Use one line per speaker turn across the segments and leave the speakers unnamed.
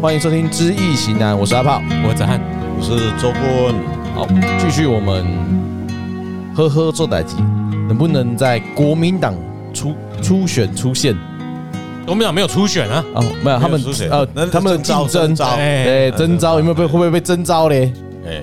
欢迎收听《知易行难》，我是阿炮。
我子翰，
我是周棍，
好，继续我们呵呵做代级，能不能在国民党初初选出现？
国民党没有初选啊，
哦，没有，他们
没有出现
呃
那，
他们的竞
征
争，
招，
哎
对，征召有没有被会不会被征召嘞？
哎，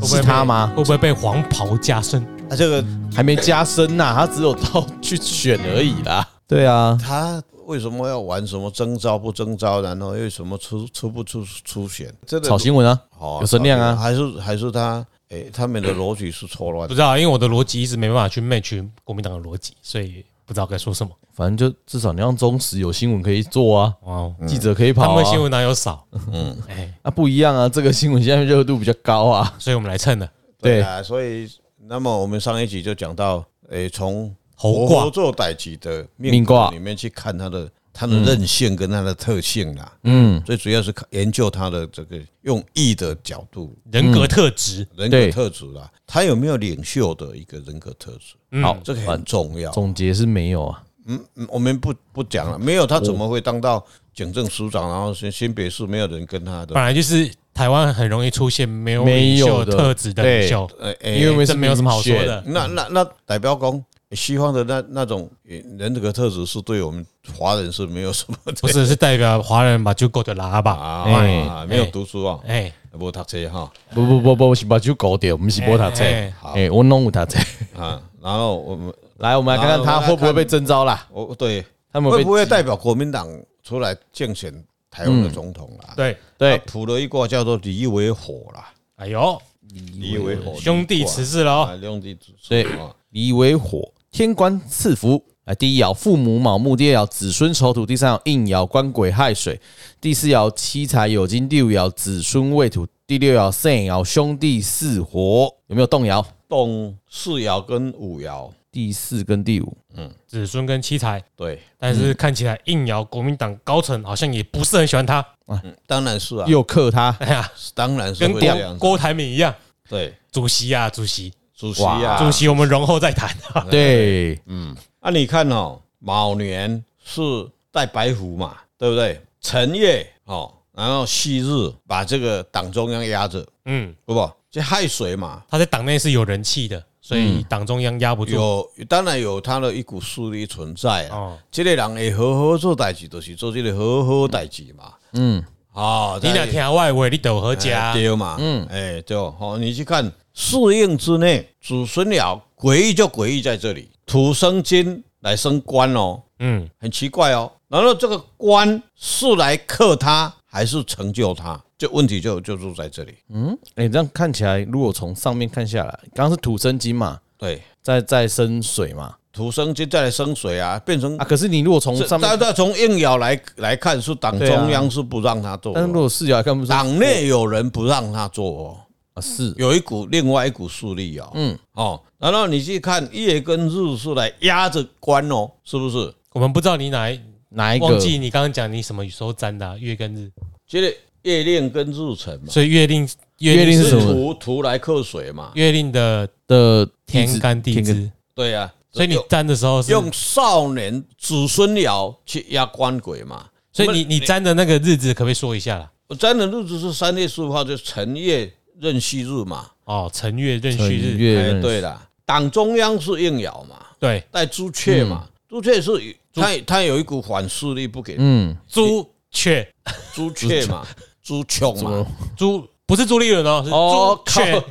会不会
是
被
他吗？
会不会被黄袍加身？
他啊这个
还没加深呐、他只有到去选而已啦。对啊，
他为什么要玩什么征招不征招，然后又什么出出不出出选？真的
炒新闻啊，
哦
有声量啊
还是还是他哎，他们的逻辑是错乱
不
的。
知道，啊因为我的逻辑一直没办法去 match 国民党的逻辑，所以不知道该说什么。
反正就至少你让中时有新闻可以做啊，
哦，
记者可以
他
跑
们
啊
的。新闻哪有少？
嗯，
哎，
啊，不一样啊，这个新闻现在热度比较高啊。
所以我们来蹭了
对
啊，所以那么我们上一集就讲到，哎，从
侯
活
卦。
做歹吉的
命
命
卦
卦里面去看他的他的韧性跟他的特性啦，
嗯，
最主要是看研究他的这个用易的角度
人格特质，
人
对
格特质啦，他有没有领袖的一个人格特质，
好，
这个很重要。
总结是没有啊，
嗯我们不不讲了，没有他怎么会当到警政署长，然后新新北市没有人跟他
本
的，
来就是台湾很容易出现没有
没
领
有
袖
的
特质的
对
领袖，
呃，哎
因为
这没有什么好说
民选。
的。
那那那代表讲西方的那那种呃人格特质是对我们华人是没有什么
不是，是代表华人把就够的拉吧？
啊，没有读书啊，
哎，
无读册哈
不不不不，我是把酒搞掉，我们是不读册。
哎
哎，哎我弄不读册。
啊，然后我们
来，我们来看看他会不会被征召啦？
我对
他们
会不会
被
代表国民党出来竞选台湾的总统啦？
嗯对，
对
他谱了一卦叫做离为火啦。
哎呦，
离为火，
兄弟辞世喽！
啊，兄弟慈
对
啊，
离为火，天官赐福。来，第一爻父母卯木，第二爻子孙丑土，第三爻应爻官鬼亥水，第四爻七财酉金，第五爻子孙未土，第六爻肾爻兄弟巳火，有没有动摇？
动四爻跟五爻，
第四跟第五，
子孙跟七财，
对，
嗯
但是看起来应爻国民党高层好像也不是很喜欢他。
嗯当然是啊，
又克他，
哎呀，
当然是
跟
会这样
郭
子，
郭台铭一样，
对，
主席啊，主席，
主席啊，
主，席，我们容后再谈。
对，
啊，你看哦，卯年是带白虎嘛，对不对？辰月哦，然后戌日把这个党中央压着，
嗯，
不不，这亥水嘛，
他在党内是有人气的，所以党中央压不住。
有当然有他的一股势力存在啊。
哦，
这个人会好好做代志，就是做这个好好代志嘛。
嗯，
啊，
你
他
俩听外围，你都合家
哎。对嘛，嗯，哎，对哦，好，你去看适应之内，子孙爻诡异就诡异在这里，土生金来生官哦，
嗯，
很奇怪哦。然后这个官是来克他还是成就他？这问题就就住在这里。
哎、这样看起来，如果从上面看下来，刚刚是土生金嘛，
对，
再再生水嘛，
土生金再来生水啊，变成
啊，可是你如果从
这
上面
大，家从应爻来来看，是党
对啊
中央是不让他做的
但
哦、
是如果视角来看不出
党内有人不让他做哦。
啊是，
有一股另外一股势力哦，嗯，哦，然后你去看夜跟日是来压着官哦，是不是？
我们不知道你哪一
哪一
忘
个？
记你刚刚讲你什么时候占的啊月跟日，
这个月令跟日辰嘛，
所以月令
月令
令
是什么
土土来克水嘛，
月令的
的地
天
址
干地
天干
支，
对呀、啊，
所以你
用
占的时候是，
用少年子孙爻去压官鬼嘛，
所以你你占的那个日子可不可以说一下啦？
我占的日子是三月十五号，就辰月壬戌日嘛，
哦，辰月壬
辰
戌日，
月
哎，
壬
对啦，党中央是应爻嘛，
对，
带朱雀嘛，朱雀是它它有一股反势力不给
嗯，
朱雀
朱雀嘛，朱琼嘛。
朱不是朱立伦哦，是
哦
朱雀，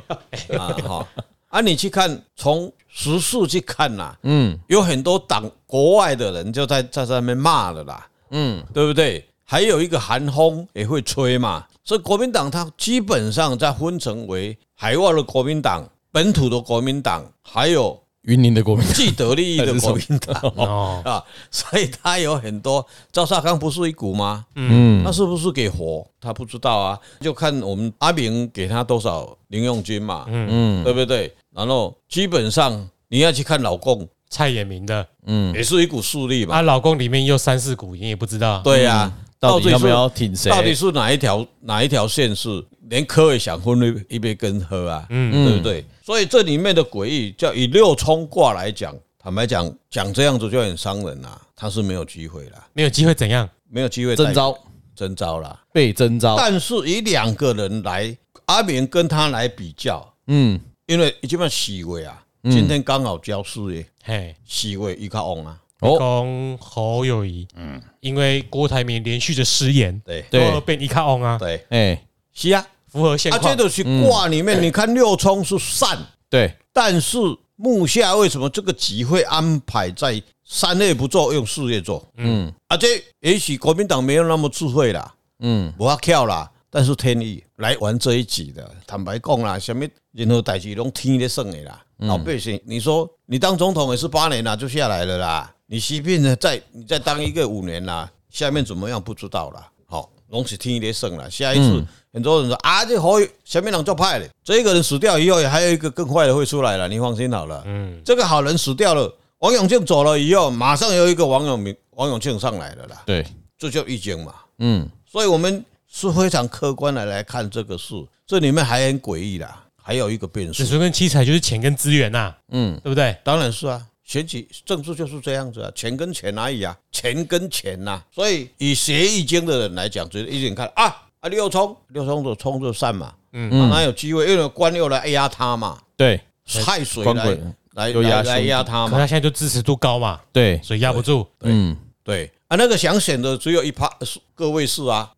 啊哈啊！你去看从时事去看啦，
嗯
有很多党国外的人就在在上面骂了啦，
嗯，
对不对？还有一个寒风也会吹嘛，所以国民党它基本上在分成为海外的国民党、本土的国民党，还有
云林的国民党
既得利益的国民党
哦，
啊，所以它有很多。赵少康不是一股吗？
嗯
那是不是给活？他不知道啊，就看我们阿明给他多少零用金嘛，
嗯
对不对？然后基本上你要去看老共，
蔡衍明的
嗯，
也是一股势力嘛。
啊，老公里面又三四股，你也不知道，
对呀、
嗯到底
底
要不
是
要挺谁？
到底是哪一条哪一条线是连科也想分一一杯羹喝啊？
嗯
对不对？所以这里面的诡异，叫以六冲卦来讲，坦白讲，讲这样子就很伤人啦、他是没有机会啦，
没有机会怎样？
没有机会
征
再
招
征召啦。
被征召，
但是以两个人来，阿明跟他来比较，
嗯，
因为基本四月啊，今天刚好交四月，
嘿，
四月伊较旺啊，
哦，
攻侯友谊，嗯，因为郭台铭连续的失言，
对
对
都被你看 on 啊，
对，
哎，
是啊，
符合现
啊，这
况，
就是卦里面，你看六冲是善，
对，
但是木下为什么这个集会安排在三月不做，用四月做？
嗯
啊，这也许国民党没有那么智慧啦，
嗯，
无法巧啦。但是天意来玩这一集的，坦白讲啦，什么任何代志拢天咧算的啦。老百姓，你说你当总统也是八年啦，就下来了啦。你习近平再你再当一个五年啦，下面怎么样不知道啦。好，拢是天咧算啦。下一次、很多人说啊，这侯友下面人做派的，这个人死掉以后，还有一个更坏的会出来了，你放心好了。嗯，这个好人死掉了，王永庆走了以后，马上有一个王永明、王永庆上来了啦，
对，
这叫易经嘛。
嗯，
所以我们是非常客观的来看这个事，这里面还很诡异啦，还有一个变数
子，孙跟七彩就是钱跟资源呐，
嗯
嗯，对不对？
当然是啊，选举政治就是这样子啊，钱跟钱而已啊，钱跟钱呐、所以以学易经的人来讲，就是一眼看啊啊六冲六冲就冲就散嘛，嗯，哪有机会？因为官又来压他嘛，
对
亥水
官
来
鬼
来
又压
来来
兄弟
压他
可
嘛，
他现在就支持度高嘛，
对，
所以压不住，
嗯，
对啊，那个想选的只有一趴个位数啊，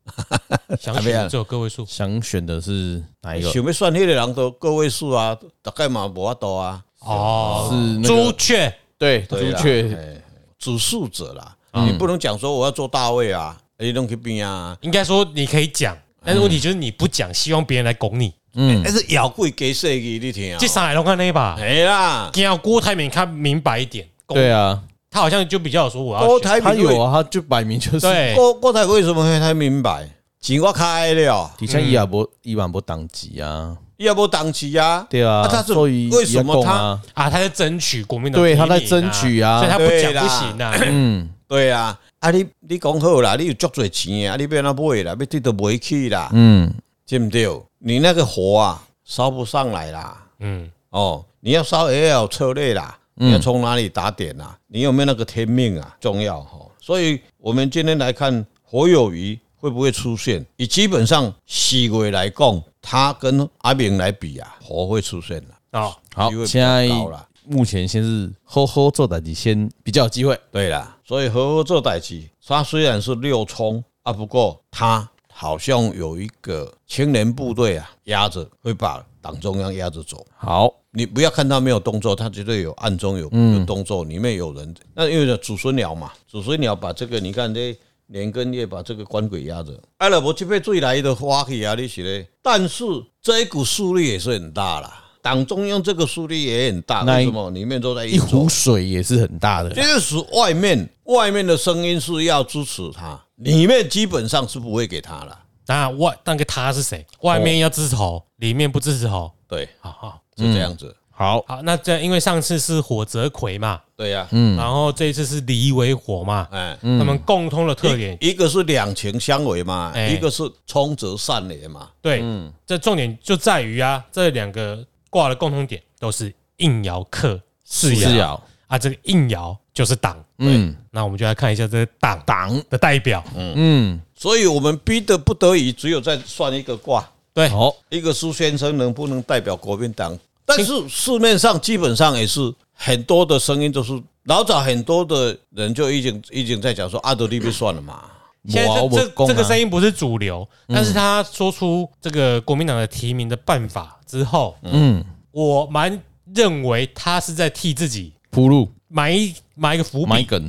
想
怎么
选
样
只有个位数，
想选的是哪一个？
想要选迄个人都个位数啊，大概嘛无法度啊。
哦，
是那个
朱雀，
对朱
对啦
雀，
哎指数者啦，
嗯
你不能讲说我要做大卫啊，你弄去边啊，
应该说你可以讲，但是问题就是你不讲，希望别人来拱你，
嗯
但是咬贵给设计你听啊
这，上来龙看那一把，
哎啦，
你要郭台铭看明白一点，拱
对啊，
他好像就比较有说我要
郭
选
台
他
铭
有
为
啊，哎他就摆明就是
对
郭郭台铭为什么会太明白？钱我开了，
底下伊也无伊也无党籍啊，
伊也无档期啊，
对啊，
他是
所以
为什么
他
他？
啊？
啊，他在争取国民党提
对
名啊，
他在争取啊
所以他不讲
对啦
不行啊，
嗯，
对啊，啊你你讲好啦，你有足侪钱啊，你要哪买啦，要得都买去啦，
嗯，
对不对？你那个火啊烧不上来啦。
嗯，
哦，你要烧也要有策略啦，你要从哪里打点啊？你有没有那个天命啊？重要哈、哦。所以我们今天来看侯友谊会不会出现，以基本上四月来讲，他跟阿明来比啊，侯会出现了。
哦，
好
机会，比
现
较
在
高啦
目前先是呵呵做代志先比较有机会，
对啦，所以侯做代志，他虽然是六冲啊，不过他好像有一个青年部队啊压着，会把党中央压着走。
好，
你不要看他没有动作，他绝对有暗中有
嗯
有动作，里面有人。那因为呢，祖孙鸟嘛，祖孙鸟把这个你看这年跟月把这个官鬼压着，哎了，我这边最来的花去啊，你是嘞。但是这一股势力也是很大啦，党中央这个势力也很大，
那一
为什么里面都在
一
一
壶
壶？
水也是很大的啦，
就是使外面外面的声音是要支持他，里面基本上是不会给他了。
那外那个他是谁？外面要支持侯，里面不支持侯。
对，
好好
是这
嗯
样子。
好，
好，那这因为上次是火泽葵嘛，
对呀、
嗯
然后这一次是李为火嘛，
哎。
他们共通的特点，
一个是两情相违嘛，
哎
一个是冲则善也嘛，
对，
嗯
这重点就在于啊，这两个卦的共通点都是应爻克世
是
爻
爻，
啊，这个应爻就是党，
嗯，
那我们就来看一下这个党
党，
的代表，
嗯，
所以我们逼得不得已，只有再算一个卦，
对，
好，
一个苏先生能不能代表国民党？但是市面上基本上也是很多的声音，就是老早很多的人就已经已经在讲说阿啊德利被算了嘛，
现在
我
这
没讲
这
啊嗯
这个声音不是主流，但是他说出这个国民党的提名的办法之后，
嗯，
我蛮认为他是在替自己
铺路
埋一埋一个伏
埋
笔。
梗，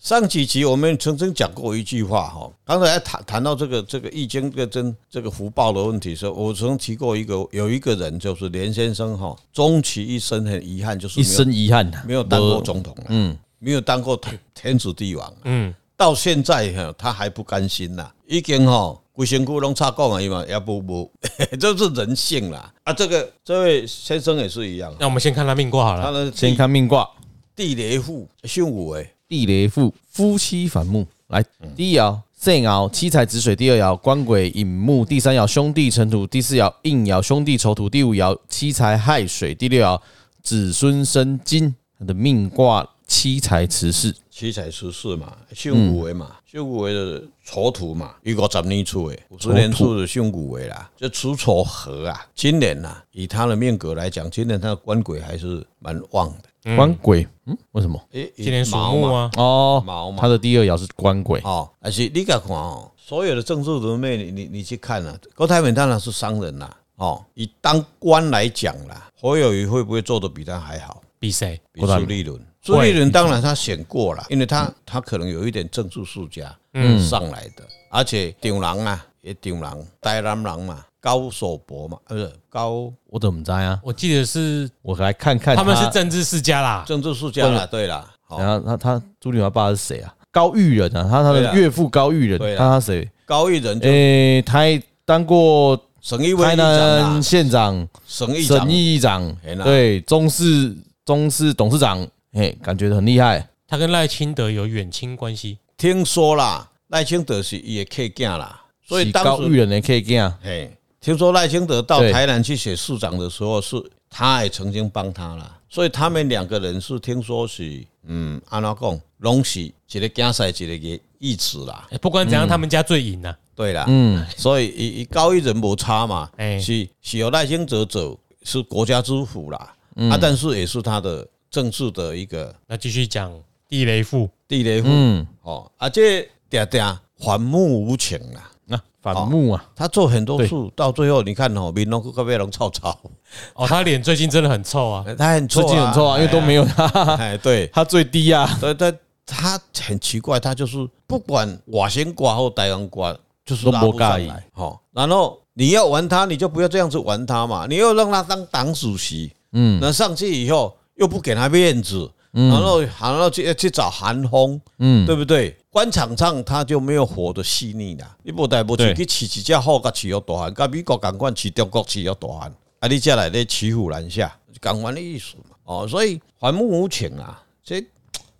上几集我们曾经讲过一句话哈，刚才谈谈到这个这个易经这个真这个福报的问题的时候，我曾经提过一个有一个人就是连先生哈，终其一生很遗憾就是
一
没有
生遗憾啊
没有当过总统，
嗯
嗯，没有当过天天子帝王，啊
嗯，
到现在哈，他还不甘心呐，已经哈，规身躯拢插讲啊嘛，也不不， 这是人性啦。啊，这个这位先生也是一样，
那我们先看他命卦好
他
了。
的
先
地
看命卦，
地雷户姓武诶，
地雷复夫妻反目。来，第一爻震爻，七彩止水；第二爻官鬼引木；第三爻兄弟成土；第四爻应爻兄弟丑土；第五爻七财亥水；第六爻子孙生金。他的命卦七财持世，
七彩十四嘛，姓五为嘛，
嗯
姓五为的丑土嘛，一个十年出的，五十年出的姓五为啦，这出丑合啊，今年呐、啊，以他的命格来讲，今年他的官鬼还是蛮旺的。
官鬼，嗯，为什么？
诶，
今年属木
嘛，
啊，
哦，
毛嘛
他的第二爻是官鬼，
哦，而且你敢看哦，所有的政治人物，你你你去看啊，郭台铭当然是商人啦、哦，以当官来讲啦，侯友谊会不会做的比他还好？
比谁？
比朱立伦。朱立伦当然他选过了，因为他他可能有一点政治世家
嗯
上来的，而且顶郎啊，也顶郎，台南郎嘛，高守博嘛，呃，不是高
我怎么知道啊？
我记得是
我来看看哦
他们是政治世家啦，
政治世家啦，对啦，哦好，
然后他他朱丽华爸是谁啊？高玉人啊，他他
对
的
啊
岳父高玉人，
对啊
他他谁？
高一人就
诶，他也当过
省议会
台
议长啦
南，县长、
省议长
省，议长
嘿，啦
对，中市中市董事长，哎，感觉很厉害。
他跟赖清德有远亲关系，
听说啦，赖清德是伊的客囝啦，所以
是
当
高
时
玉人的 K 以啊，
嘿，听说赖清德到
对
台南去写市长的时候，是他也曾经帮他啦，所以他们两个人是听说是，嗯，安怎讲，拢是一个竞赛，一个义义子啦，
哎不管怎样，他们家最赢啊。
对啦，
嗯，
所以以以高一人无差嘛，
哎
是是由赖清德走，是国家之福啦，
嗯
啊，但是也是他的政治的一个
那继续讲地雷富，
地雷户，
嗯，
哦，啊，这嗲嗲反目无情啦。
那反目啊，
他做很多事，到最后你看哦，民龙各被龙臭臭，
哦，他脸最近真的很臭啊，
哎 他很臭
最
啊，
近很臭啊，因为都没有他，
哎，对，
他最低啊。
但但他很奇怪，他就是不管瓦先挂或台湾挂，就是
都
拉不
不
上
介意
来，哦，然后你要玩他，你就不要这样子玩他嘛，你又让他当党主席，嗯，那上去以后又不给他面子，
嗯
然后然后去去找韩风，嗯，对不对？官场上他就没有活得细腻啦，你无代无志
对
去饲一只好甲饲到大汉，甲美国共款饲中国饲到大汉，啊，你再来咧骑虎难下，共款的意思嘛。哦，所以反目无情啊，这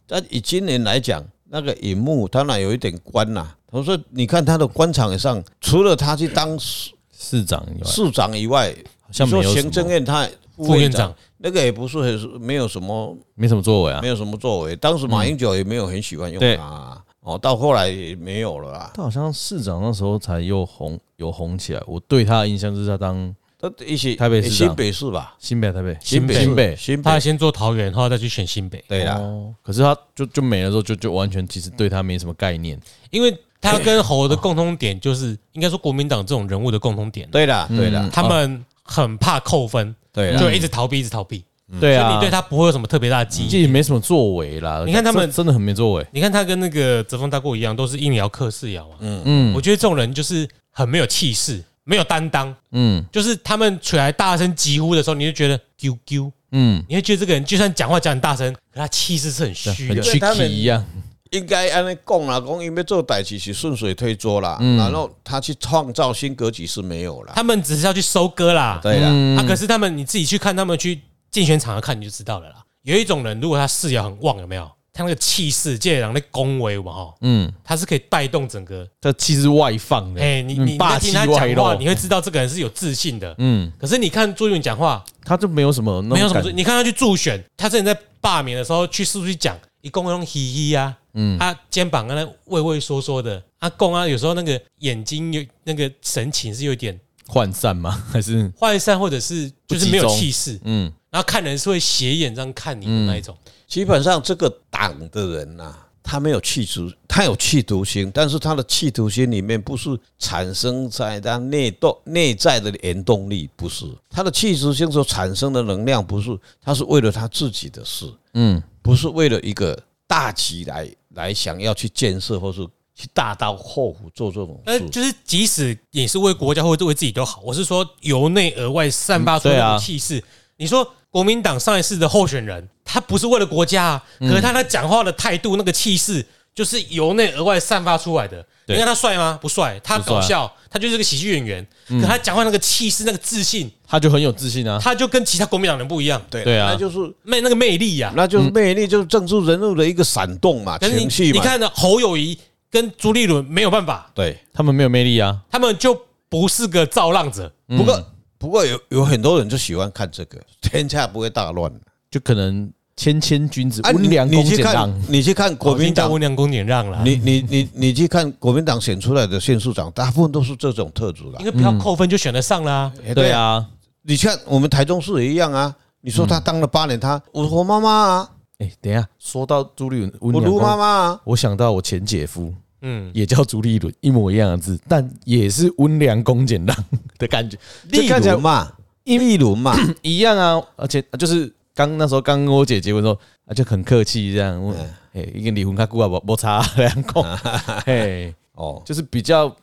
但以今年来讲，那个尹木当然有一点官啦、他说，你看他的官场上，除了他去当市
市长以外，
市长以外，
好像
你
没
说
有什
行政
么，
院他
副院长，
那个也不是很没有什么
没什么作为啊
没。有什么作为。当时马英九也没有很喜欢
嗯
用
对
他啊、哦，到后来也没有了啦。
他好像市长那时候才又红，有红起来。我对他的印象就是他当
他一起
台北市长
新北市吧，
新北台北
新北
新北
新
他
北
先做桃园，后来再去选新北，
对啦，
哦，可是他就就没了之后，就就完全其实对他没什么概念。
因为他跟侯的共通点就是，应该说国民党这种人物的共通点，
对啦，对
嗯
啦，
他们很怕扣分，
对啊啦，
就一直逃避，一直逃避，
对
嗯所以
啊，嗯
你对他不会有什么特别大的记
自己
忆。
没什么作为啦。
你看他们
真真的很没作为，
你看他跟那个泽峰大过一样，都是一爻克四爻啊，嗯嗯，我觉得这种人就是很没有气势，没有担当，
嗯
就是他们起来大声疾呼的时候，你就觉得啾啾，
嗯，
你会觉得这个人就算讲话讲很大声，可他气势是很虚
啊很
的。
对他
tricky
们
一样。
应该安尼讲啦，讲因为做代志是顺水推舟啦，
嗯
然后他去创造新格局是没有啦，
他们只是要去收割啦，
对啦，
嗯
啊，可是他们你自己去看他们去竞选场合看你就知道了啦。有一种人，如果他视野很旺，有没有？他那个气势，借人的恭维嘛哈，
嗯，
他是可以带动整个。
他气是外放的，
哎，你你你
霸
在
气
听他
外
讲话，
露
你。会知道这个人是有自信的。
嗯，
可是你看朱云讲话，
他就没有什么那种
没有什么
感
自，你看他去助选，他之前在罢免的时候去四处去讲，一共用嘻嘻啊，嗯，他肩膀啊那畏畏缩缩的，啊，共啊有时候那个眼睛有那个神情是有点
涣散吗？ 还是
涣散，或者是就是没有
不集中
气势，
嗯，
然后看人是会斜眼这样看你的那一种。
基本上这个党的人呐、他没有企图，他有企图心，但是他的企图心里面不是产生在他内动内在的原动力，不是他的企图心所产生的能量，不是他是为了他自己的事，
嗯，
不是为了一个大局来来想要去建设或是去大刀阔斧做这种
呃，
事。
就是即使你是为国家或者为自己都好，我是说由内而外散发出
嗯对
那
啊
种气势。你说国民党上一次的候选人，他不是为了国家、啊，可
嗯
是他那讲话的态度、那个气势，就是由内而外散发出来的。你
对
看他帅吗？不帅，他
不帅嗯
搞笑，他就是个喜剧演员。可他讲话那个气势、那个自信，
他就很有自信啊。
他就跟其他国民党人不一样，
对
对啊
那就是
魅那个魅力呀、啊。
那就是魅力，就是政治人物的一个闪动嘛，
可是
情绪
你你
嘛。
看呢，侯友谊跟朱立伦没有办法，
对，
他们没有魅力啊。
他们就不是个造浪者。
不
嗯
过不过有有很多人就喜欢看这个，天下不会大乱。
就可能谦谦君子，
啊，
温
你
良
你
恭
去
俭
看
让。，
你去看国
国民
民
党
党
温良恭俭让啦，
你你你你去看国民党选出来的县市长，大部分都是这种特质啦
因。为不要扣分就选得上啦。
哎
对，啊，
你看我们台中市也一样啊。你说他当了八年，他我
嗯
我妈妈啊，
哎，等一下，说到朱立伦，温
我
良
卢妈
恭，
妈啊，
我想到我前姐夫
嗯，
也叫朱立伦，一模一样的字，但也是温良恭俭让 的感觉，
例
看起来
如嘛，例如嘛，
一样啊。而且就是刚那时候刚跟我姐结婚的时候，啊就很客气这样，我哎，已经离婚，他姑啊 不不差这样 讲，嘿。
哦，
就是比较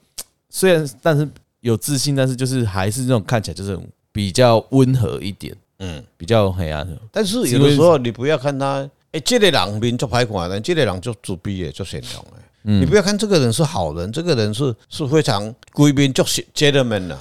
虽然但是有自信，但是就是还是那种看起来就是比较温和一点，
嗯，
比较黑暗、
但是有的时候你不要看他，哎，这类人民做排款的，这类人就自闭的，就善良的。你不要看这个人是好人，这个人是是非常贵宾做 gentleman 啊。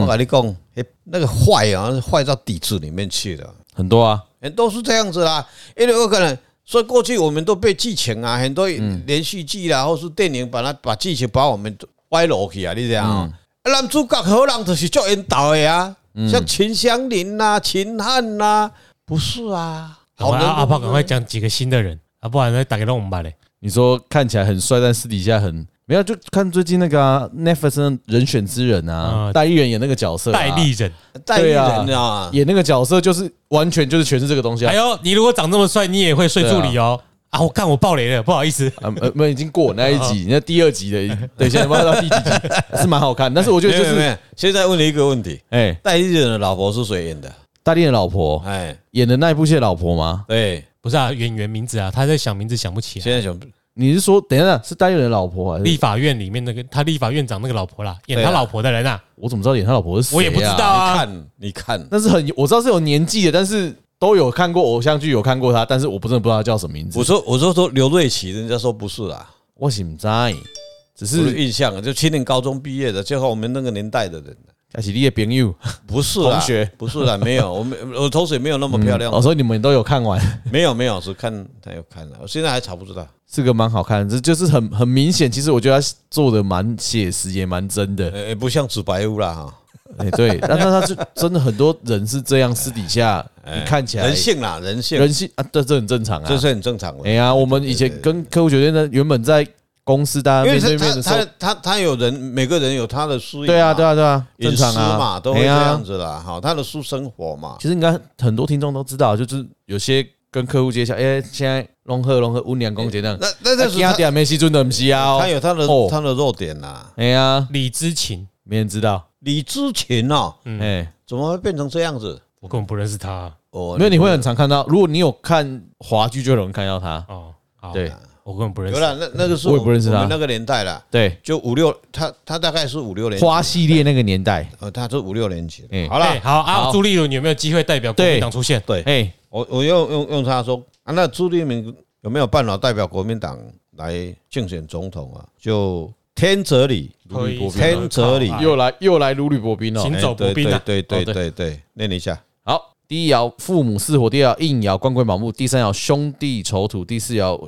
我跟你讲，哎那个坏啊，坏到底子里面去了。
很多啊，
欸都是这样子啦。因为有可能所以过去我们都被剧情啊，很多
嗯
连续剧啦，或是电影，把它把剧情把我们歪落去啊，你这样、
嗯
啊男主角好人就是做引导的啊，像秦香林呐、秦汉呐，不是啊，
好
好
啊，
人
阿
都
炮
不
赶
是
快讲几个新的人啊，不然再打给弄我们吧嘞。
你说看起来很帅，但私底下很没有，就看最近那个、啊、Netflix 的人选之人啊，
啊
戴艺人演那个角色、
啊
戴立，人，
代理
对啊
人啊，
演那个角色就是完全就是全是这个东西啊
哎。呦，你如果长这么帅，你也会睡助理哦。啊，我看我爆雷了，不好意思。
啊，呃，没有已经过那一 集，那第二集的，对，现在不知道到第几集，是蛮好看。但是我觉得就
没有没有
是，
没有现在问你一个问题，
哎，
代理人的老婆是谁演的？
大力的老婆
哎，
演的那一部戏的老婆吗？
对，
不是啊，演员名字啊，他在想名字想不起来。
现在想
你是说，等一下是大力的老婆啊还是
立法院里面那个他立法院长那个老婆啦，演
对
他
啊
老婆的人啊，
我怎么知道演他老婆是谁、
我也不知道。啊。
看，你看，
但是很我知道是有年纪的，但是都有看过偶像剧，有看过他，但是我不真的不知道他叫什么名字
我。说我说说刘瑞琦，人家说不是啦。
我是不知道，只
我的
是
印象，啊就青年高中毕业的，就和我们那个年代的人，
那是你的朋友
不是啦
同学，
不是 啦，没有，我们我同学没有那么漂亮，
我说哦你们都有看完，
没有没有，是看他有看了，我现在还查不知道，
是个蛮好看的，这就是很很明显。其实我觉得他做的蛮写实，也蛮真的。
呃、也不像纸白屋啦哈，
哎，对，但但他就真的很多人是这样，私底下你看起来
哎人性啦，人性，
人性啊，这这很正常啊
这。是很正常
哎
的。
呀，我们以前跟客户酒店呢，原本在公司大
因
家
为
面对面的
他
时
他
候
他，他他有人，每个人有他的私
对啊，对
啊，
啊，对啊，
隐
正常
私
啊
嘛，都会这
哎呀
样子啦，哈，他的私生活嘛，
其实应该很多听众都知道，就是有些跟客户接洽，哎、现在融合融合温良恭俭让，
那那就是
他
他
啊点没西准的不是啊、
他
哦，
有他的
哦
他的弱点啦。
哎呀，
李知勤，
没人知道，
李之前哦，
哎、
嗯
怎么会变成这样子？
我根本不认识他啊
哦
没有你会很常看到，如果你有看华剧，就容易看到他，
哦。好
对
我根本不认
有
识。
了，那那个是
我也不认识他
我们那个年代了，
对，
就五六，他他大概是五六年级
花，系列那个年代，
呃，他是五六年级
嗯
的。好了
哎，好啊，
好
朱立伦有没有机会代表国民党出现？
对
哎、
我我用用用他说啊，那朱立民有没有办法代表国民党来竞选总统啊？就天泽里，
可以
天泽里，
哎
又来又来如履薄冰哦、
行
哎
走不
对
冰啊
对对
哦
对对对，念一下，
好，第一爻父母巳火，第二爻应爻官贵卯木，第三爻兄弟丑土，第四爻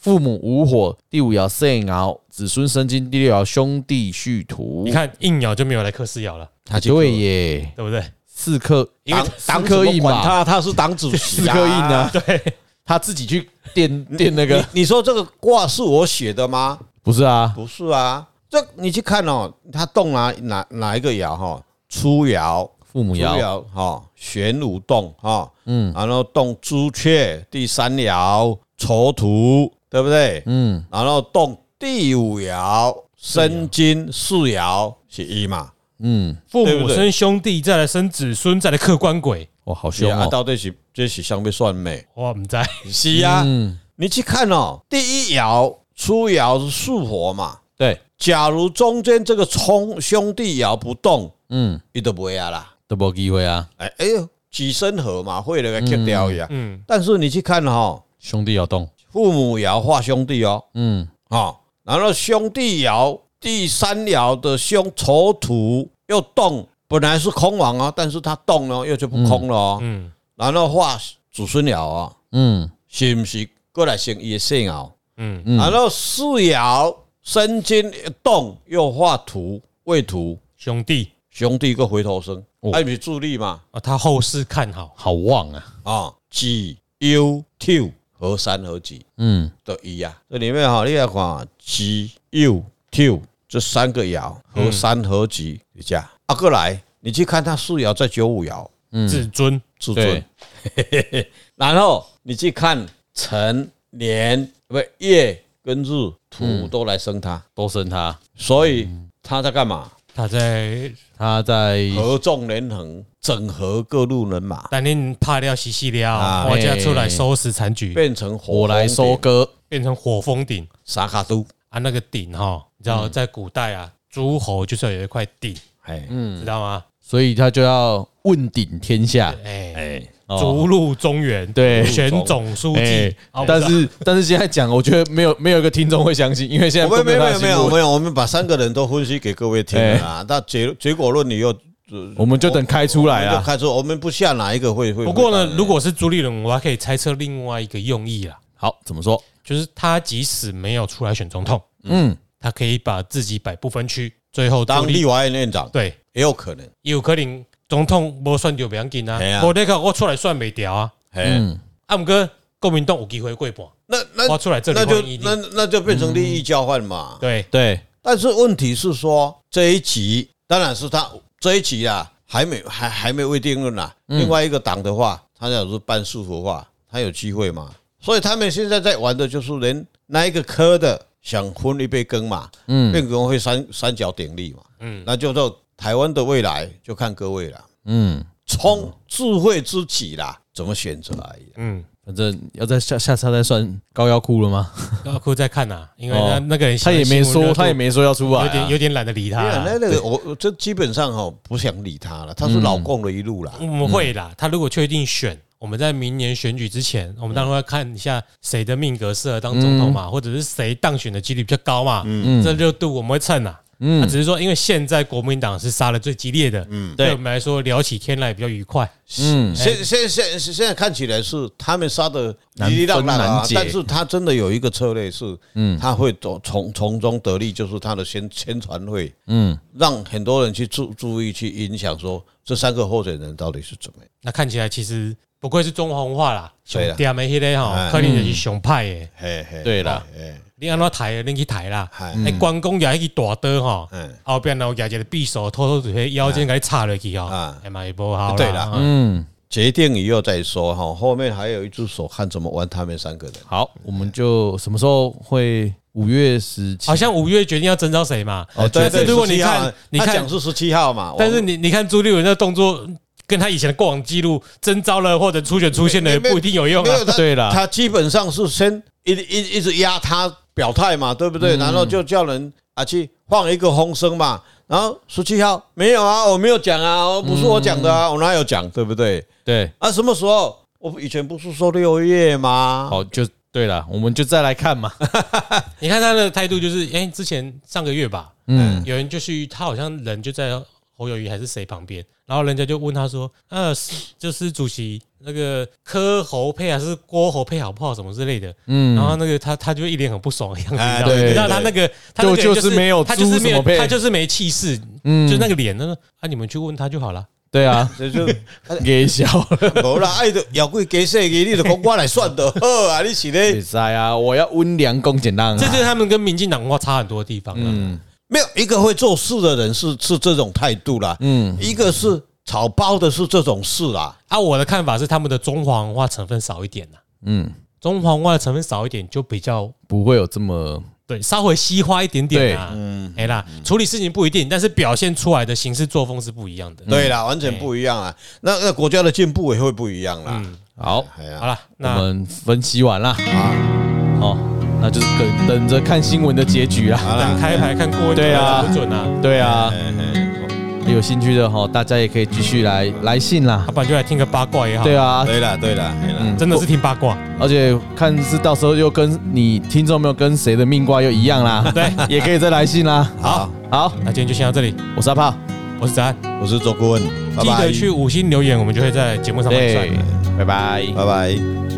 父母午火，第五爻肾爻子孙生金，第六爻兄弟戌土。
你看硬咬就没有来克四咬了，
他对耶，
对不对？
四颗，啊
因为
四颗印
管
嘛，
他，他是党主 席，
四颗印啊，。对，他自己去垫垫那个，
你你说这个卦是我写的吗？
不是啊，
不是啊，这你去看哦，他动哪哪哪一个爻哈？初爻，
父母
主
爻，
爻哈，玄武洞哈，嗯，然后动朱雀，第三爻丑土，对不对？
嗯，
然后动第五爻申金，四爻是一嘛？
嗯，
父
对不
母
对
生兄弟，再来生子孙，再来克官鬼。
哇，好凶
啊，
哦，
到底是这是相对算美？
哇，我们在
是啊，
嗯，
你去看哦，第一爻初爻是巳火嘛，
对，
假如中间这个冲兄弟爻不动，
嗯，
你都不会啊啦，
都没机会啊，
哎哎呦，几生合嘛，会了个 K 掉呀。
嗯，
但是你去看哦哈、
兄弟要动，
父母爻化兄弟哦，
嗯，
哦，然后兄弟爻第三爻的凶丑土又动，本来是空亡哦，但是它动了又就不空了哦，
嗯
然后化子孙爻哦，
嗯，
是不是过来生也生爻？
嗯，
嗯
哦然后四爻申金一动又化土未土，
兄弟哦
兄弟个回头生啊
哦，
哎，不是助力嘛？
啊，他后事看好。
好旺啊，
啊，己 YouTube 和三和几
嗯，
都一样。这里面哈，你来看 G YouTube 这三个爻和三和几一下啊，过来你去看它四爻在九五爻
至尊
至
对
尊，，然后你去看辰、年、不月跟日土都来生它，
都生他，
所以它在干嘛？
他在
他在
合纵连横，整合各路人马，
但你怕掉洗洗了，啊我家出来收拾残局，
变成
我来收
收
割，
变成火风顶
沙卡都。
啊，那个顶哈，你知道在古代啊，诸侯就是要有一块顶，
哎，
知道吗？
所以他就要问鼎天下。
哎，
哎，
哦
逐鹿中原，
对
选总书
哎
记，啊
但是但是现在讲，我觉得没有没有一个听众会相信，因为现在
我们没有
都他
没
的
有没
新
有
闻
没有，我们把三个人都分析给各位听了啊。那结结果论你又
我们就等开出来
就
啊。
看出我们不下哪一个会会。
哎不过呢，
会
如果是朱立伦，我还可以猜测另外一个用意啦，
好，怎么说？
就是他即使没有出来选总统，
嗯，
他可以把自己摆不分区，最后
当立
委，
法院院长
对，
也有可能。
有可能总统无选就不要紧
哎
嘿
啊，
啊
我那个我出来算袂掉啊，
哎，
啊毋过国民党有机会过半，
那那
我出来这里
那就
换一定嗯
那那就变成利益交换嘛。
对，
对，
但是问题是说这一集当然是他这一集啊，还没还还没未定论啦、另外一个党的话，他要是办束缚化，他有机会嘛？所以他们现在在玩的就是连那一个科的想分一杯羹嘛，嗯，变更会三三角鼎立嘛，嗯，那就到台湾的未来就看各位了，
嗯，
冲智慧之己啦，怎么选择而已。
嗯，
反正要在下下次再算高腰裤了吗？
要可以再看呐，因为
哦
那那个人
他也没说，他也没说要出来
有
啊
点。有点懒得理他
对啊，
啦，
那那个我我这基本上哈、不想理他了，
嗯
他是老共的一路啦。
我们会
嗯
啦，他如果确定选。我们在明年选举之前，我们当然要看一下谁的命格适合当总统嘛，
嗯
或者是谁当选的几率比较高嘛。嗯，这热度我们会蹭啊。嗯，只是说，因为现在国民党是杀的最激烈的，嗯，对
对
我们来说聊起天来比较愉快。
嗯，
现现现现在看起来是他们杀的泥泥浪浪
难
啊
解，
但是他真的有一个策略是，嗯，他会从从从中得利，就是他的宣宣传会，嗯，让很多人去注注意去影响说这三个候选人到底是怎么样。
那看起来其实不愧是中华文化啦，
对啦哎嗯
兄弟啊，没迄个吼，可能就是熊派诶，
嘿嘿，
对啦
哎，
你安怎抬恁去抬啦
嗨？
哎，关公举迄个大刀吼
嗯，哎
后边然后举一个匕首，偷偷伫迄腰间给你插落去吼
啊，
哎嘛也无好啦。
对啦
嗯
嗯，
决定以后再说哈，后面还有一只手看怎么玩他们三个人。
好，我们就什么时候会五月十七
好？像五月决定要征召谁嘛。
哦，
但是如果你看，你
他
看
讲，是十七号
哦
嘛，
但是你你看朱立伦的动作，跟他以前的过往记录，征召了或者初选出现了，也不一定有用
没
啊
有。他，
对啦
他基本上是先一一一直压他表态嘛，对不对？
嗯
然后就叫人啊去放一个风声嘛。然后十七号没有啊，我没有讲啊，我不是我讲的
嗯
啊，我哪有讲，对不对？
对，
啊，什么时候？我以前不是说六月吗？
哦
好，就对了，我们就再来看嘛。
你看他的态度就是，哎，之前上个月吧，呃
嗯，
有人就去，他好像人就在侯友谊还是谁旁边，然后人家就问他说，呃，是就是主席那个柯侯配还是郭侯配好不好，什么之类的。嗯，然后那个他他就一脸很不爽的样子，你知
哎
道吗
啊对
你知道
对
他那个他
就
那个人
就是没有
他就是
猪
没
什
有
么配
他就是没气势，嗯，就那个脸，那个啊，你们去问他就好了。
对啊，
这就
给小了，
无啦，爱的要贵给谁给你的 讲我来算的，好啊，你是
嗯
咧
比赛啊，我要温良恭俭让
这就
啊。
是他们跟民进党文化差很多的地方啊了。
嗯
没有一个会做事的人是是这种态度啦，嗯，一个是草包的是这种事啦，
啊，我的看法是他们的中华文化成分少一点呐，啊
嗯，
中华文化的成分少一点就比较
不会有这么
对，稍微西化一点点啊，嗯，哎啦，处理事情不一定，但是表现出来的行事作风是不一样的。
对啦，完全不一样啊。那那国家的进步也会不一样啦。
好。
哎
嗯好
呀，
了，
我
那
们分析完啦，
啊，
哦，那就是等等着看新闻的结局啦。
好啦，
开牌看过
对啊
不准啊，
对啊，
哎哎
有兴趣的哈，大家也可以继续来来信啦
要。不然就来听个八卦也好。
对，啊，
对啦，对啦，哎啦，
真的是听八卦，
而且看是到时候又跟你听众没有跟谁的命卦又一样啦，
对，
也可以再来信啦。
好，
好，
那今天就先到这里，
我是阿炮，
我是子安，
我是周顾问，拜
记
拜
得，去五星留言，我们就会在节目上面算。
对，拜拜。
拜拜。